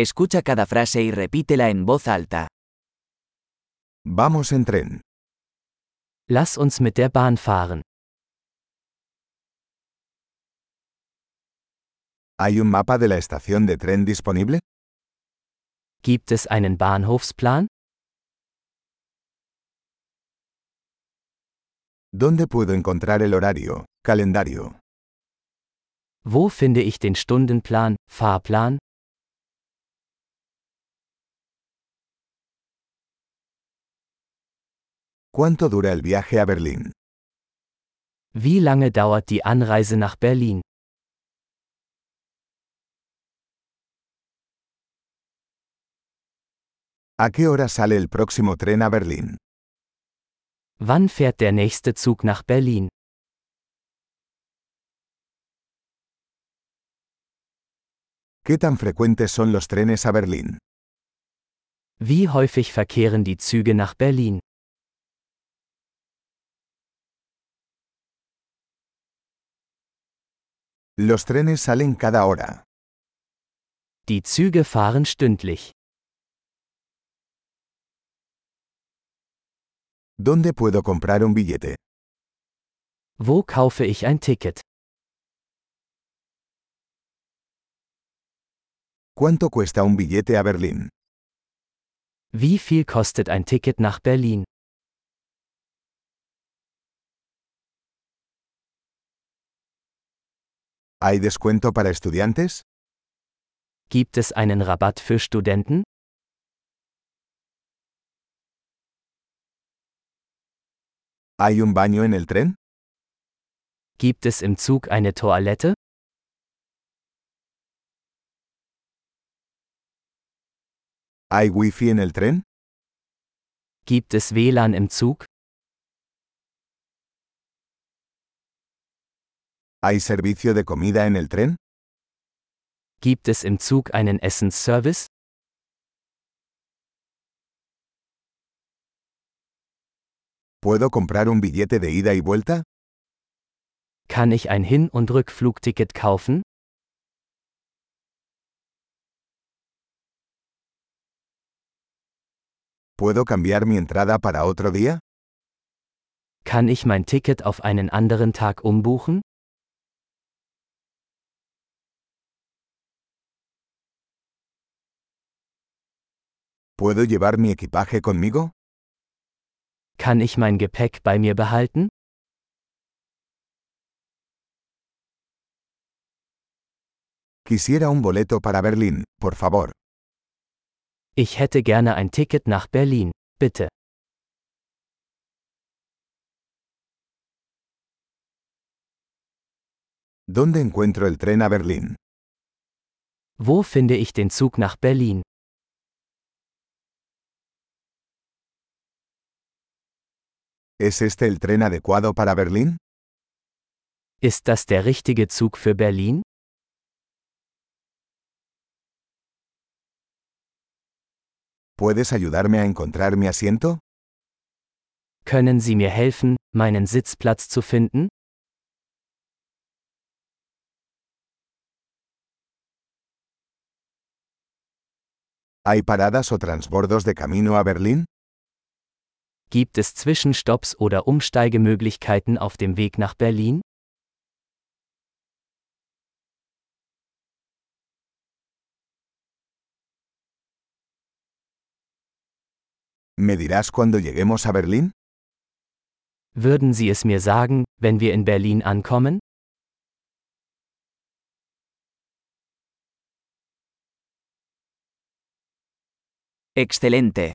Escucha cada frase y repítela en voz alta. Vamos en tren. Lass uns mit der Bahn fahren. ¿Hay un mapa de la estación de tren disponible? Gibt es einen Bahnhofsplan? ¿Dónde puedo encontrar el horario, calendario? Wo finde ich den Stundenplan, Fahrplan? ¿Cuánto dura el viaje a Berlín? Wie lange dauert die Anreise nach Berlin? ¿A qué hora sale el próximo tren a Berlín? Wann fährt der nächste Zug nach Berlin? ¿Qué tan frecuentes son los trenes a Berlín? Wie häufig verkehren die Züge nach Berlin? Los trenes salen cada hora. Die Züge fahren stündlich. ¿Dónde puedo comprar un billete? Wo kaufe ich ein Ticket? ¿Cuánto cuesta un billete a Berlín? Wie viel kostet ein Ticket nach Berlin? ¿Hay descuento para estudiantes? Gibt es einen Rabatt für Studenten? ¿Hay un baño en el tren? Gibt es im Zug eine Toilette? ¿Hay wifi en el tren? Gibt es WLAN im Zug? ¿Hay servicio de comida en el tren? Gibt es im Zug einen Essensservice? ¿Puedo comprar un billete de ida y vuelta? Kann ich ein Hin- und Rückflugticket kaufen? ¿Puedo cambiar mi entrada para otro día? Kann ich mein Ticket auf einen anderen Tag umbuchen? ¿Puedo llevar mi equipaje conmigo? Kann ich mein Gepäck bei mir behalten? Quisiera un boleto para Berlín, por favor. Ich hätte gerne ein Ticket nach Berlin, bitte. ¿Dónde encuentro el tren a Berlín? Wo finde ich den Zug nach Berlin? ¿Es este el tren adecuado para Berlín? Ist das der richtige Zug für Berlin? ¿Puedes ayudarme a encontrar mi asiento? Können Sie mir helfen, meinen Sitzplatz zu finden? ¿Hay paradas o transbordos de camino a Berlín? Gibt es Zwischenstopps oder Umsteigemöglichkeiten auf dem Weg nach Berlin? ¿Me dirás cuándo lleguemos a Berlín? Würden Sie es mir sagen, wenn wir in Berlin ankommen? Excelente.